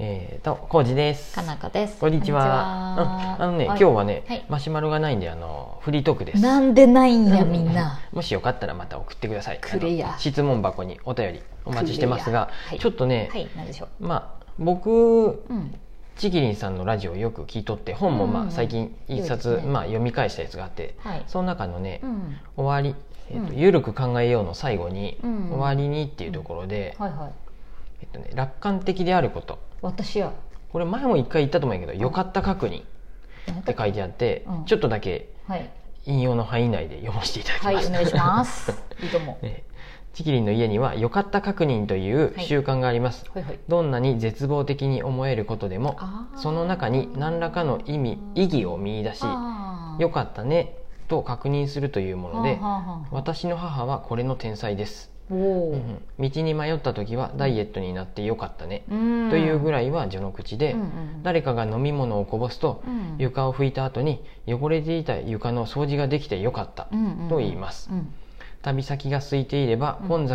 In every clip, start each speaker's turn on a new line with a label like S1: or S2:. S1: えっ、ー、と、コウジです。
S2: かなかです。
S1: こんにちは。うん、あのね、今日はね、
S2: はい
S1: マシュマロがないんで、あの、フリートークです。
S2: なんでないんや、みんな。
S1: もしよかったらまた送ってください。
S2: くれや
S1: あの質問箱にお便りお待ちしてますが、
S2: くれやはい
S1: ちょっとね、
S2: はい、なんでしょう。
S1: まあ、僕、
S2: うん、
S1: ちぎりんさんのラジオをよく聞いとって、本も
S2: うん
S1: ま
S2: う
S1: あ
S2: ん
S1: 最近一冊、
S2: 良いですね
S1: まあ読み返したやつがあって、
S2: はい。
S1: その中のね、
S2: うん、
S1: 終わり、えーと
S2: うん
S1: ゆるく考えようの最後に、
S2: うん
S1: 終わりにっていうところで、
S2: はいはい。
S1: えっとね、楽観的であること。
S2: 私や。
S1: これ前も一回言ったと思うんやけど、よかった確認。
S2: なん
S1: って
S2: だ
S1: 書いてあって、
S2: うん
S1: ちょっとだけ
S2: はい、
S1: 引用の範囲内で読ませていただき
S2: はい、
S1: ます。。
S2: お願いします。いいとも
S1: ねチキリンの家には良かった確認という習慣があります、
S2: はいはい。
S1: どんなに絶望的に思えることでも
S2: あー
S1: その中に何らかの意味意義を見出し
S2: あー
S1: 良かったねと確認するというもので
S2: はあはあはあ
S1: 私の母はこれの天才です、
S2: お
S1: う
S2: お。
S1: んうん道に迷った時はダイエットになって良かったね、
S2: うん
S1: というぐらいは序の口で、
S2: うんうん
S1: 誰かが飲み物をこぼすと
S2: うん
S1: 床を拭いた後に汚れていた床の掃除ができてよかった、
S2: うんうん
S1: と言います
S2: うん
S1: 旅先が空いていれば
S2: うん
S1: 混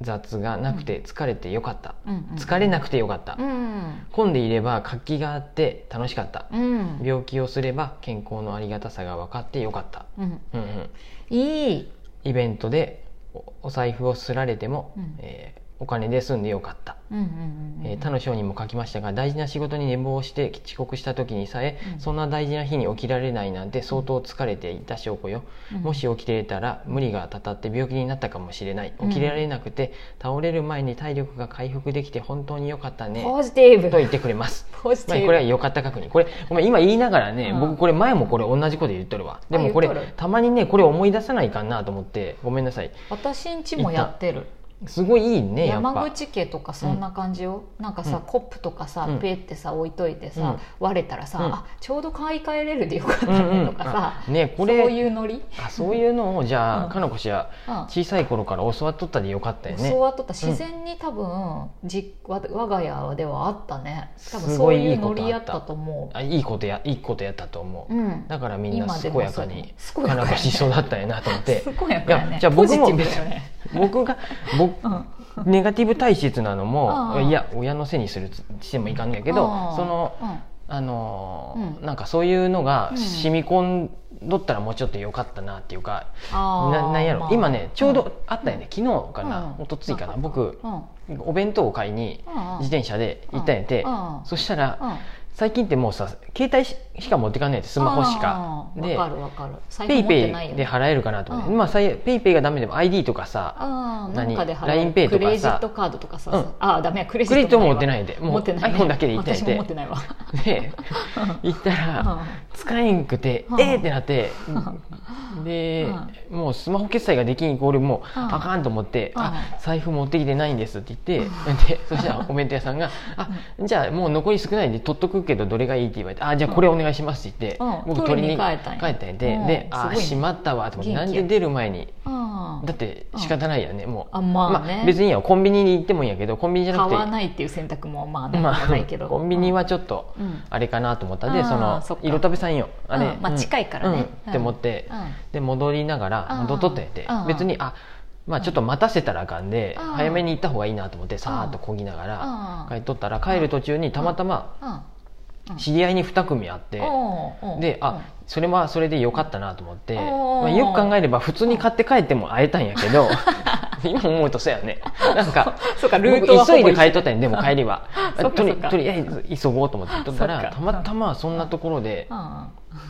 S1: 雑がなくて疲れてよかった、
S2: うんうん
S1: 疲れなくてよかった、
S2: うん
S1: 混んでいれば活気があって楽しかった、
S2: うん
S1: 病気をすれば健康のありがたさが分かってよかった、
S2: うん
S1: うんうん
S2: いい
S1: イベントでおお財布をすられても、
S2: うん
S1: えーお金で済んでよかった、
S2: うんうんうん
S1: えー他の章にも書きましたが大事な仕事に寝坊して遅刻した時にさえ、
S2: うん
S1: そんな大事な日に起きられないなんて相当疲れていた証拠よ、
S2: うん
S1: もし起きていたら無理がたたって病気になったかもしれない
S2: うん
S1: 起きられなくて倒れる前に体力が回復できて本当に良かったね
S2: ポジティブ
S1: と言ってくれます。
S2: ポジテ
S1: まあ、
S2: ィブ
S1: これは良かった確認これごめん今言いながらね、
S2: うん
S1: 僕これ前もこれ同じこと言っとるわでもこれ
S2: あ言っとる
S1: たまにねこれ思い出さないかなと思ってごめんなさい
S2: 私んちもやってる
S1: すごいいいねやっぱ
S2: 山口家とかそんな感じよ、なんかさ、
S1: うん
S2: コップとかさ、
S1: うん
S2: ペってさ置いといてさ、
S1: うん
S2: 割れたらさ、
S1: うん
S2: あちょうど買い替えれるでよかった
S1: うんう
S2: ね
S1: ん
S2: とかさ、
S1: あねこ
S2: そう
S1: れ
S2: いうノリ、うん、
S1: あそういうのをじゃあ、
S2: うん
S1: かのこ氏は小さい頃から教わっとったでよかったよ
S2: そう
S1: ね
S2: あっとった自然に多分、じ我我が家ではあったね多分
S1: す
S2: そ
S1: ご
S2: う
S1: い
S2: い
S1: いういこと
S2: ノリや
S1: あっ
S2: ったたと思
S1: あいいことやいいことやったと思
S2: う、
S1: う、
S2: うん、
S1: だからみんな健やかに
S2: 健
S1: か
S2: や
S1: な
S2: か
S1: こし育ったよなと思って
S2: 健やかや
S1: いや
S2: ね
S1: じゃあ
S2: ポ
S1: 僕
S2: ジ
S1: も
S2: ティブだよ ね、
S1: 僕が僕
S2: うん、
S1: ネガティブ体質なの
S2: あ
S1: も
S2: あ
S1: いや親のせいにするしてもいかんやけど
S2: ああ
S1: その、
S2: うん
S1: あのー
S2: うん
S1: なんかそういうのが
S2: うん
S1: 染み込んどったらもうちょっとよかったなっていうか、
S2: あー
S1: ななんやろ、
S2: まあ
S1: 今ねちょう
S2: うん
S1: どあったよね、昨日かな、
S2: うん
S1: 一昨日かな、
S2: なんか
S1: 僕
S2: うん
S1: お弁当を買いに
S2: うんうん
S1: 自転車で行ったんやて、
S2: うんうん
S1: そしたら、
S2: うん
S1: 最近ってもうさ携帯ししか持ってかないってスマホしか
S2: あー
S1: で
S2: わかるわかる財布
S1: ペイ
S2: 持って
S1: ペ
S2: ないよ
S1: イ
S2: ね
S1: で払えるかなと思って、
S2: うん
S1: まあ最ペイペイがダメでも ID とかさ
S2: ああ
S1: 何
S2: なんかで払う
S1: LINE Pay とかさ
S2: クレジットカードとかさ、
S1: うん
S2: ああダメやクレジ
S1: クレジ
S2: ッ
S1: ット
S2: ト
S1: も
S2: も
S1: 持ってない
S2: い
S1: で
S2: わ
S1: もう
S2: 持ってない、
S1: iPhone だけで行ったんや
S2: 私も持っ てないわ
S1: で行ったら使えんくて、
S2: うん
S1: えーってなって、 で、もうスマホ決済ができんイコールもう、
S2: うん
S1: あかんと思って、
S2: うん
S1: あ財布持ってきてないんですって言って、でそしたらお弁当屋さんが「あじゃあもう残り少ないんで取っとくけどどれがいい?」って言われて「あじゃあこれお願いします」って言って、
S2: うん
S1: 僕取りに帰
S2: 取りに
S1: っ
S2: 帰ったた
S1: ん
S2: ん
S1: や
S2: や
S1: で,、
S2: うん
S1: です
S2: ご
S1: あ
S2: い
S1: ー
S2: ね
S1: しまったわと思って
S2: 元
S1: なん
S2: 気や
S1: で出る前に
S2: あ
S1: だって仕方ないやねもう
S2: あまあね
S1: 別にいいよコンビニに行ってもいいんやけどコンビニじゃ
S2: 買
S1: なくて
S2: わないっていう選択もまあな
S1: ま
S2: くもないけ
S1: あ、
S2: ど、
S1: コンビニはちょっと
S2: うん
S1: あれかなと思ったんで、
S2: うん
S1: その
S2: あーそっか
S1: 色食べさんよあれ、
S2: うんまあ近いからね
S1: うん
S2: うん
S1: って思って、
S2: うん
S1: で戻りながら
S2: うん
S1: 戻っとってて、
S2: うん
S1: 別にあまあちょっと待たせたらあかんで、
S2: うん
S1: 早めに行った方がいいなと思ってさーっとこぎながら
S2: あ
S1: 帰っとったら帰る途中にたまたま
S2: あうん
S1: 知り合いに2組あって、
S2: うん
S1: であそれはそれでよかったなと思って、
S2: お
S1: ま
S2: ー
S1: あ、よく考えれば普通に買って帰っても会えたんやけど 今思うとそうやねなん か
S2: そうかルート
S1: 僕
S2: はほ
S1: 急
S2: ぼ
S1: い
S2: 一緒
S1: で帰っとったんやでも帰り は
S2: そっ
S1: と
S2: かそ
S1: り
S2: っか
S1: とりあえず急ごうと思って行っとった
S2: そ
S1: ら
S2: っか
S1: たまたまそんなところで
S2: うんうん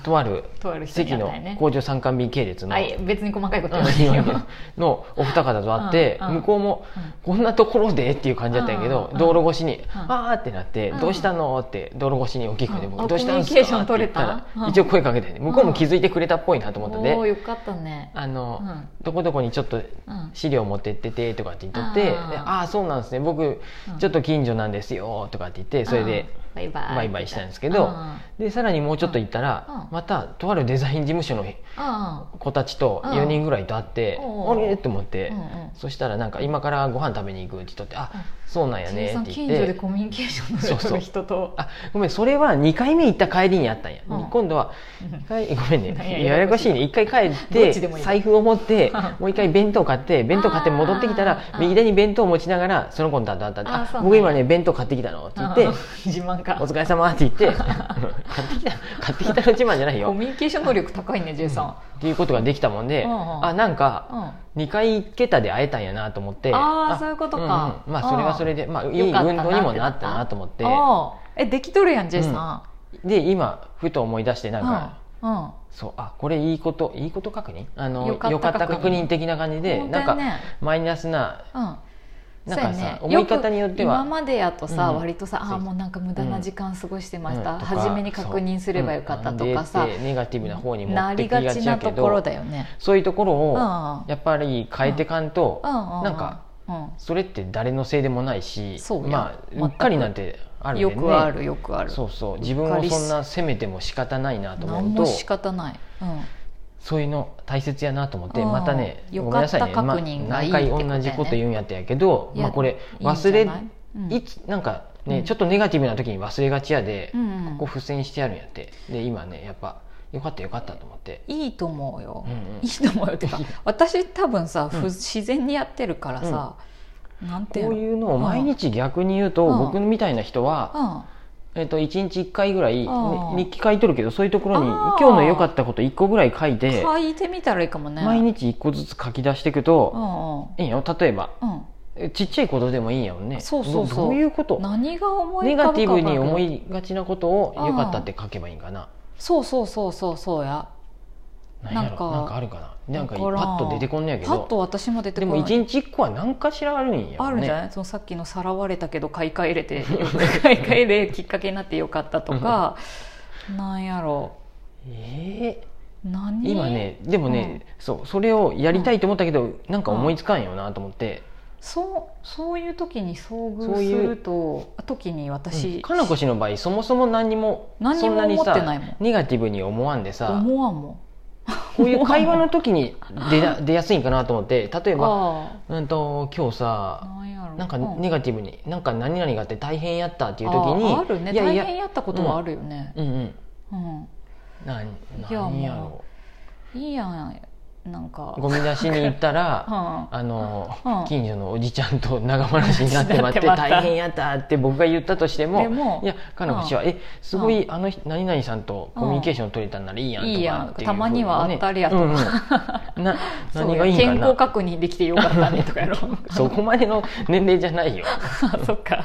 S1: とある
S2: とある人
S1: 席
S2: に会った
S1: の
S2: んやね
S1: 工場三冠 B 系列の
S2: あい別に細かいこと
S1: う
S2: 言わない よ、
S1: ん のお二方と会って
S2: うんうん
S1: 向こうも
S2: う
S1: こ
S2: ん
S1: んなところでっていう感じだったんやけど
S2: うん
S1: 道路越しに
S2: ん
S1: あーってなって
S2: うん
S1: どうしたのって道路越しに大きい声で
S2: う
S1: 僕
S2: ん
S1: どうしたんす
S2: コミュニケーシ
S1: か
S2: ョ
S1: っ
S2: ン
S1: て
S2: 取
S1: 言っ
S2: れ
S1: たら
S2: たうん
S1: 一応声かけて向こうも気づいてくれたっぽいなと思ったん
S2: おおー
S1: で
S2: よかったね
S1: あの
S2: うん
S1: どこどこにちょっと
S2: うん
S1: 資料持ってっててとかって言っとってで
S2: あー
S1: ああそうなんですね僕
S2: うん
S1: ちょっと近所なんですよとかって言ってそれで
S2: うんバイバイ
S1: バイバイしたんですけど
S2: うん
S1: でさらにもうちょっと行ったら
S2: うん
S1: またとあるデザイン事務所の
S2: うん
S1: 子たちと
S2: うん
S1: 4人ぐらいと会って
S2: おう
S1: あれって思って
S2: うんうん
S1: そしたらなんか今からご飯食べに行くって言っとってあ
S2: うん
S1: そうなんや
S2: 千恵
S1: ね
S2: さ
S1: っ
S2: ん
S1: て
S2: 近
S1: 言
S2: 所
S1: っ
S2: で
S1: て
S2: コミュニケーション
S1: そ
S2: の
S1: う
S2: 取
S1: そう
S2: る人と
S1: あごめんそれは2回目行った帰りにあったんや、
S2: うん
S1: 今度は
S2: うん
S1: はいごめんね
S2: なんや
S1: ややこしいね一回帰っ
S2: ど
S1: て
S2: っちでもいい
S1: 財布を持って
S2: うん
S1: もう一回弁当買って弁当買って戻ってきたら
S2: あー
S1: 右手に弁当を持ちながらその子にだんだんだん
S2: あーそう
S1: あ
S2: なんや
S1: 僕今ね弁当買ってきたの」って言って
S2: あー自慢
S1: 「お
S2: か
S1: 疲れ様って言っ てうん買ってきた買ってきたの自慢じゃない
S2: コ
S1: よ
S2: ミュニケーション能力高いねジェイさん、
S1: っていうことができたもんで、
S2: うんうん
S1: あなん
S2: う
S1: か
S2: ん
S1: 2回桁で会えたんやなと思って
S2: あーそういうことか
S1: うんうんまあそれはそれで、まあ、いい
S2: よ
S1: 運
S2: かったな
S1: 動にもなったなと思って
S2: ああえできとるやんジェイさん、
S1: で今ふと思い出してなんか、
S2: うんうん
S1: そうあこれいいこといいこと確認あの
S2: よ
S1: よ
S2: か
S1: か
S2: った
S1: った確認的な感じで、
S2: 本当
S1: なん
S2: や
S1: か
S2: ね
S1: マイナスな
S2: うん
S1: なんかさ
S2: そうやね
S1: 思い方によっては
S2: く今までやとさ、
S1: うん
S2: 割とさ
S1: そ
S2: あ
S1: う
S2: ーもうなんか無駄な時間過ごしてました、
S1: うんとか
S2: 初めに確認すればよかったとかさ
S1: そううんででネガティブな方に持
S2: な
S1: って
S2: り
S1: きが
S2: が
S1: ち
S2: ち
S1: や
S2: な
S1: け
S2: と
S1: ど
S2: ころだよね
S1: そういうところ
S2: う
S1: を
S2: んうん
S1: やっぱり変えてかんと、
S2: うんうん
S1: なんか
S2: うん
S1: それって誰のせいでもないし
S2: そうや
S1: まあ
S2: 全く
S1: うっかりなんてあるん
S2: よ
S1: でね
S2: くあるよくある
S1: そうそう自分をそんな責めても仕方ないなと
S2: 何
S1: 思う
S2: も
S1: と
S2: 仕方ない、うん、
S1: そういうの大切やなと思って
S2: うん
S1: またね
S2: よ
S1: ご
S2: か
S1: め
S2: っ
S1: ん
S2: た
S1: なさいね、まあ
S2: 確認がいい
S1: 何
S2: っ
S1: 回
S2: てことやね
S1: 同じこと言うんやったんやけど
S2: いや
S1: まあ、これ
S2: いいんじゃ
S1: 忘れ
S2: ないうん
S1: いつなんかね、
S2: うん
S1: ちょっとネガティブな時に忘れがちやで、
S2: うんうん
S1: ここ付箋してあるんやってで今ねやっぱよかったよかったと思って、
S2: いいと思うよ、
S1: うんうん
S2: いいと思うよってか私多分さ、
S1: うん
S2: 不自然にやってるからさ、なんていう
S1: こ
S2: の
S1: ういうのを毎日逆に言うと、
S2: うん
S1: 僕みたいな人は、
S2: うん
S1: えっと1日1回ぐらい、ね
S2: うん
S1: 日記書いとるけどそういうところに
S2: あー
S1: 今日の良かったこと1個ぐらい書いて、
S2: 書いてみたらいいかもね
S1: 毎日1個ずつ書き出していく
S2: う
S1: と、
S2: んうん
S1: いいよ例えば
S2: うん
S1: えちっちゃいことでもいいんやもんね
S2: そうそうそう
S1: どどういうこと
S2: 何が思い
S1: ネ
S2: 浮
S1: ガ
S2: かぶか
S1: ティブに
S2: が
S1: 思いがちなことを
S2: うん
S1: よかったって書けばいいんかな
S2: そうそうそうそうそうや
S1: なんやろ
S2: なんか
S1: なんかあるかななんかパ
S2: わからん
S1: ッと出てこんねやけ
S2: パッ
S1: ど
S2: と私も出て
S1: で
S2: こな
S1: も
S2: い
S1: 一日一個は何かしらあるんや
S2: あ
S1: も
S2: る
S1: ん
S2: んじゃ
S1: ね
S2: ないそのさっきのさらわれたけど買い替えれて よ買い替えれきっかけになってよかったとかなんやろ
S1: えー
S2: 何
S1: 今ねでもねそうそれをやりたいと思ったけどなんか思いつかんよなと思って
S2: そうそういう時に遭遇
S1: そういう
S2: すると時に私、
S1: うんかなこ氏の場合そもそも何にも
S2: 何に
S1: そん
S2: も
S1: なに
S2: 思ってな
S1: さ
S2: いもん
S1: ネガティブに思わんでさ
S2: 思わんもん
S1: こういう会話の時に出 な出やすいんかなと思って例えば
S2: あ
S1: うんと今日
S2: あ
S1: さ
S2: なんやろ
S1: なんか
S2: う
S1: ネガティブに、なんか何々があって大変やったっていう時
S2: あ
S1: に
S2: ああるね
S1: いやいや
S2: 大変やったことはあるよね、
S1: うんうん
S2: うん
S1: 何
S2: いや
S1: 何やろ
S2: もいいやんなんか
S1: ゴミ出しに行った らあの、
S2: うん
S1: 近所のおじちゃんと長話になってま って
S2: なってまった
S1: 大変やったって僕が言ったとして
S2: で
S1: も
S2: も
S1: いやかなこ氏は、えすごい、あの人何々さんとコミュニケーション取れたんならいいやんとか
S2: いいやん
S1: ってう
S2: たまにはあったりやと
S1: うんうん な
S2: そう
S1: 何がいいんか
S2: 健康
S1: な
S2: 確認できてよかったねとかやろ
S1: そこまでの年齢じゃないよ、
S2: あそっか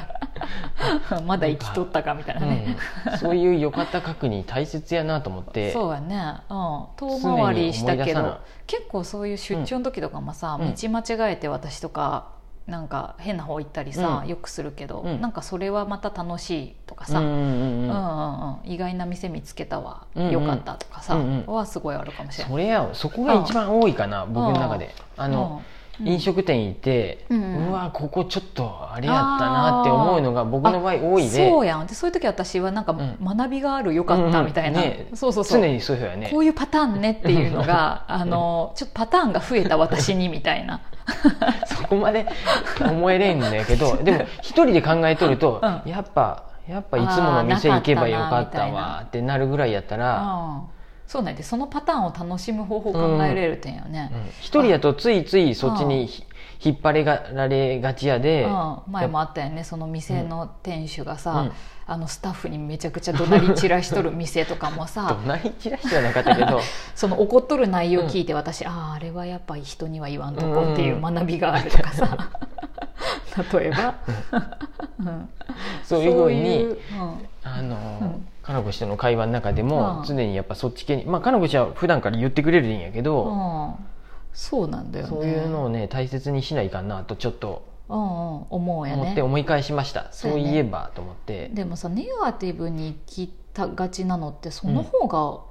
S2: まだ生きとったかみたいなね、
S1: うんそういうよかった確認大切やなと思って
S2: そうやね、うん、遠回りした
S1: 常に思い出
S2: け
S1: さな
S2: ど結構そういう出張の時とかもさ、
S1: うん
S2: 道間違えて私とかなんか変な方行ったりさ、
S1: うん
S2: よくするけど、
S1: うん
S2: なんかそれはまた楽しいとかさ、
S1: う
S2: うんん
S1: うん
S2: うん
S1: うん
S2: うん意外な店見つけたわ、
S1: うんうん
S2: よかったとかさ、
S1: うんうん
S2: はすごいあるかもしれない。
S1: それやそこが一番多いかな僕の中であの、
S2: うん
S1: 飲食店行って、
S2: う
S1: うん
S2: うん
S1: わここちょっとあれやったなって思うのが僕の場合多いで
S2: そうやんでそういう時私はなんか
S1: ん
S2: 学びがあるよかったみたいな、
S1: うんうんね
S2: そうそうそう
S1: 常にそういうふうやね
S2: こういうパターンねっていうのがあのちょっとパターンが増えた私にみたいな
S1: そこまで思えれんだけどでも一人で考えとると、
S2: うん
S1: やっぱやっぱいつもの店行けばよかった
S2: あーなかったなみたい
S1: わってなるぐらいやったら
S2: あーそうなんでそのパターンを楽しむ方法を考えれる点よね
S1: うん、一、人だとついついそっちにひ引っ張れがられがちやで、
S2: うん、前もあったよねその店の店主がさ、あのスタッフにめちゃくちゃ怒鳴り散らしとる店とかも
S1: ど
S2: さ
S1: んなに散らしてはなかったけ ど
S2: その怒っとる内容聞いて私、あああれはやっぱり人には言わんとこっていう学びがあるとかさ、例えば、うん、
S1: そういうふう
S2: そ
S1: に
S2: いううん
S1: あのー
S2: うん
S1: かのこ氏との会話の中でも、
S2: うん
S1: 常にやっぱそっち系にまあかのこ氏は普段から言ってくれるんやけど、
S2: うんそうなんだよね
S1: そういうのをね大切にしないかなとちょっと
S2: うんうん思うよ
S1: 思って
S2: ね
S1: 思い返しました、
S2: そう
S1: そ
S2: や
S1: う
S2: ね
S1: いえばと思って、
S2: でもさネガティブに生きたがちなのってその方が考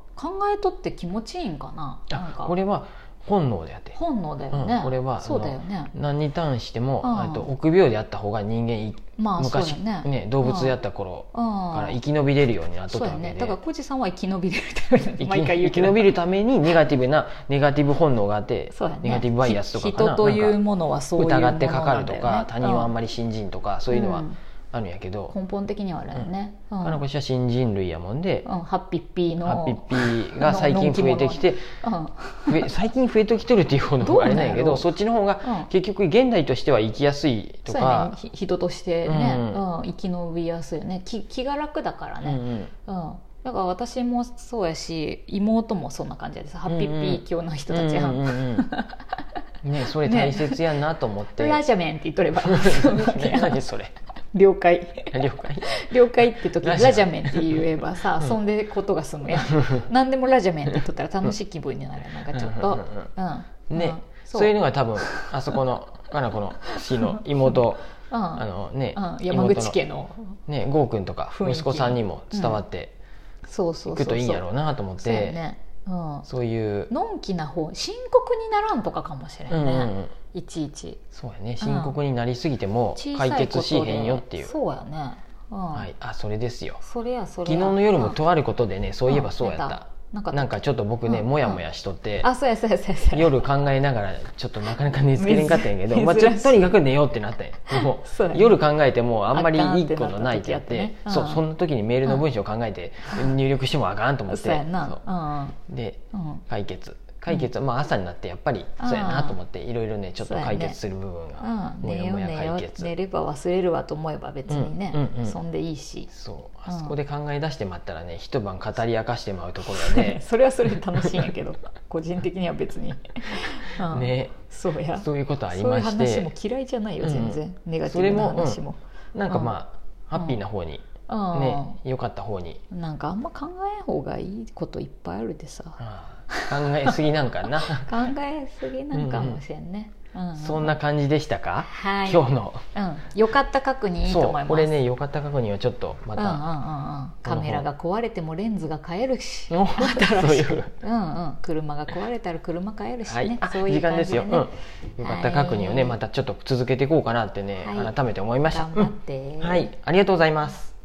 S2: えとって気持ちいいんかな,、なん
S1: あ
S2: か
S1: これは本能であって
S2: 本能だよね、
S1: うんこれは
S2: そうだよね
S1: 何に対しても、
S2: うん
S1: あと臆病であった方が人間い
S2: まあそうだ
S1: 昔
S2: よね
S1: ね動物であった頃か
S2: から
S1: 生き延びれるようになっと
S2: そ
S1: っ
S2: うだ
S1: た
S2: よ
S1: わけ
S2: ね
S1: で
S2: だからコージさんは生き延びれるって言われ
S1: 生
S2: て
S1: き
S2: 毎回言うけど
S1: 生き延びるためにネガティブなネガティブ本能があって
S2: そうだね
S1: ネガティブバイアスとか
S2: ひ
S1: かな
S2: 人とい
S1: な
S2: うん
S1: か
S2: ものはそういうもの
S1: 疑
S2: な
S1: っ
S2: んだ
S1: て
S2: よね
S1: かかるとか他人はあんま
S2: り
S1: り信心とかそういうのはあるんやけど、
S2: 根本的にはあれだよね、うん
S1: あの子たちは新人類やもんで、
S2: うんハッピッピーの
S1: ハッピッピーが最近増えてきて
S2: うん
S1: 増え最近増えてきてるっていう方の方
S2: どう
S1: があ
S2: なん
S1: れ
S2: やろう
S1: なんやけどそっちの方
S2: うん
S1: が結局現代としては生きやすいと
S2: そうやね
S1: か、
S2: ひ人としてね、
S1: う
S2: うんん生き延びやすいよね気気が楽だから
S1: うんう
S2: ね、
S1: ん
S2: うんだから私もそうやし妹もそんな感じでさハッピッピー教の人たちやん、
S1: うんうんうんうん ねそれ大切やなと思って、
S2: ラジャメンって言っとれば
S1: 何それ
S2: 了解
S1: 了解
S2: 了解って時に
S1: ラ
S2: ラ
S1: ジャ
S2: ジャメンって言えばさ、
S1: うん
S2: そんでことが済むやん何でもラジャメンって言っとったら楽しい気分になるなんかちょっと、うん、
S1: ね
S2: うん、
S1: そういうのが多分あそこのかなこの父の妹
S2: うん
S1: あのね、
S2: うん、山口家の
S1: 妹のね郷君とか
S2: 雰囲気
S1: 息子さんにも伝わって
S2: そうそう
S1: い
S2: そう
S1: く
S2: そ
S1: と
S2: う
S1: いいんやろうなと思っ
S2: そうや
S1: て
S2: ね、うん、
S1: そういう
S2: のんきな方深刻にならんとかかもしれん
S1: うん
S2: ね、
S1: うんうん
S2: いちいち
S1: そうやね深刻になりすぎても
S2: 小さい
S1: 解
S2: ことで
S1: 決しへんよっていう
S2: そうやね、うん
S1: はいあそれですよ
S2: それやそれ
S1: 昨
S2: や
S1: 日の夜も
S2: うん
S1: とあることでねそういえばそうやっ
S2: ん出
S1: た
S2: なんか
S1: なんかちょっと僕ね
S2: うん
S1: モヤモヤしとって
S2: あそうやそうやそうやそうや
S1: 夜考えながらちょっとなかなか寝つけれんかったんやけど、
S2: 珍
S1: まあ、ちょ
S2: 珍しい
S1: とにかく寝ようってなってもう
S2: そうやね
S1: 夜考えてもあんまり
S2: あかん
S1: い
S2: っ
S1: い
S2: て
S1: こ
S2: なった時
S1: とないってやって
S2: やってねうん
S1: そうそんな時にメールの文章を考えて入力してもあかんと思って
S2: そうや
S1: そう
S2: な
S1: で
S2: うんうん
S1: 解決解決、まあ、朝になってやっぱりそうやなと思っていろいろねちょっと解決する部分が
S2: うん
S1: も
S2: 寝
S1: や
S2: よ
S1: も
S2: う
S1: や
S2: 寝よ
S1: 解
S2: う
S1: 決、
S2: 寝れば忘れるわと思えば別にね、
S1: うんうんうん
S2: そんでいいし、
S1: そう
S2: うん
S1: あそこで考え出してまったらね一晩語り明かしてまうところで
S2: それはそれで楽しいんやけど個人的には別 に、うん
S1: ね
S2: そうや
S1: そういうことあり
S2: そうい
S1: ま
S2: う
S1: し
S2: 話も
S1: て
S2: 嫌いじゃないよ全然、ネガテ
S1: それ
S2: ィブ
S1: も
S2: な話も
S1: なんかまあ、
S2: うん
S1: ハッピーな方に
S2: うん
S1: ね良かった方に
S2: なんかあんま考えん方がいいこといっぱいあるでさ
S1: ああ考えすぎなんかな
S2: 考えすぎなんかもしれんね、 うん
S1: そんな感じでしたか、
S2: はい
S1: 今日の
S2: うん、よかった確認いいと
S1: そ
S2: 思いうます
S1: これねよかった確認はちょっとま
S2: うんうんう
S1: た、
S2: んうん、カメラが壊れてもレンズが買えるし、
S1: お そうい
S2: 新し
S1: う
S2: く、うんうん、車が壊れたら車買えるし
S1: はい、
S2: ね、
S1: あ
S2: そうい
S1: 時
S2: う
S1: 間
S2: 感
S1: で
S2: じ
S1: す
S2: で
S1: よ、
S2: ね、
S1: うん、よかった確認をね
S2: はい
S1: またちょっと続けていこうかなってね、
S2: はい
S1: 改めて思いました、
S2: 頑張って、
S1: うんはいありがとうございます